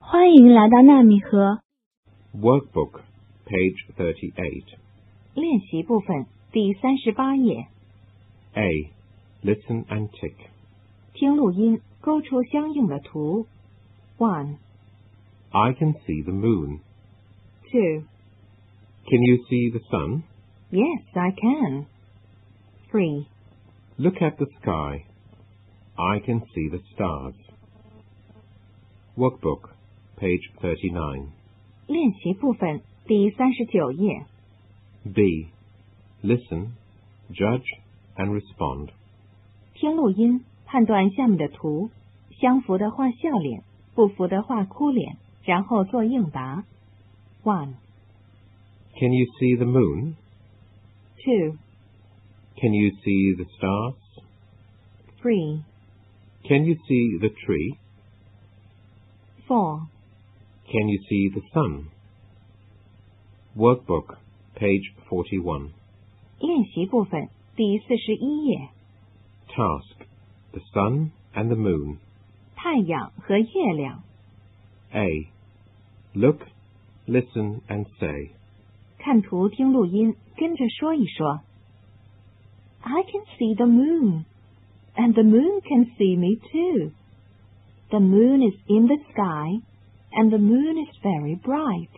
欢迎来到纳米盒 Workbook, page 38. 练习部分第三十八页， A. Listen and tick. 听录音，勾出相应的图。One, I can see the moon. two, Can you see the sun? yes, I can. Three, Look at the sky. I can see the stars. Workbook, page 39. 练习部分第三十九页， B. Listen, judge, and respond. 听录音，判断下面的图，相符的画笑脸，不符的画哭脸，然后做应答。One, Can you see the moon? two, Can you see the stars? three, Can you see the tree? four, Can you see the sun? Workbook, page 41. 练习部分第四十一页， Task The Sun and the Moon. 太阳和月亮， A. Look, listen, and say. 看图听录音，跟着说一说。I can see the moon, and the moon can see me too. The moon is in the sky, and the moon is very bright.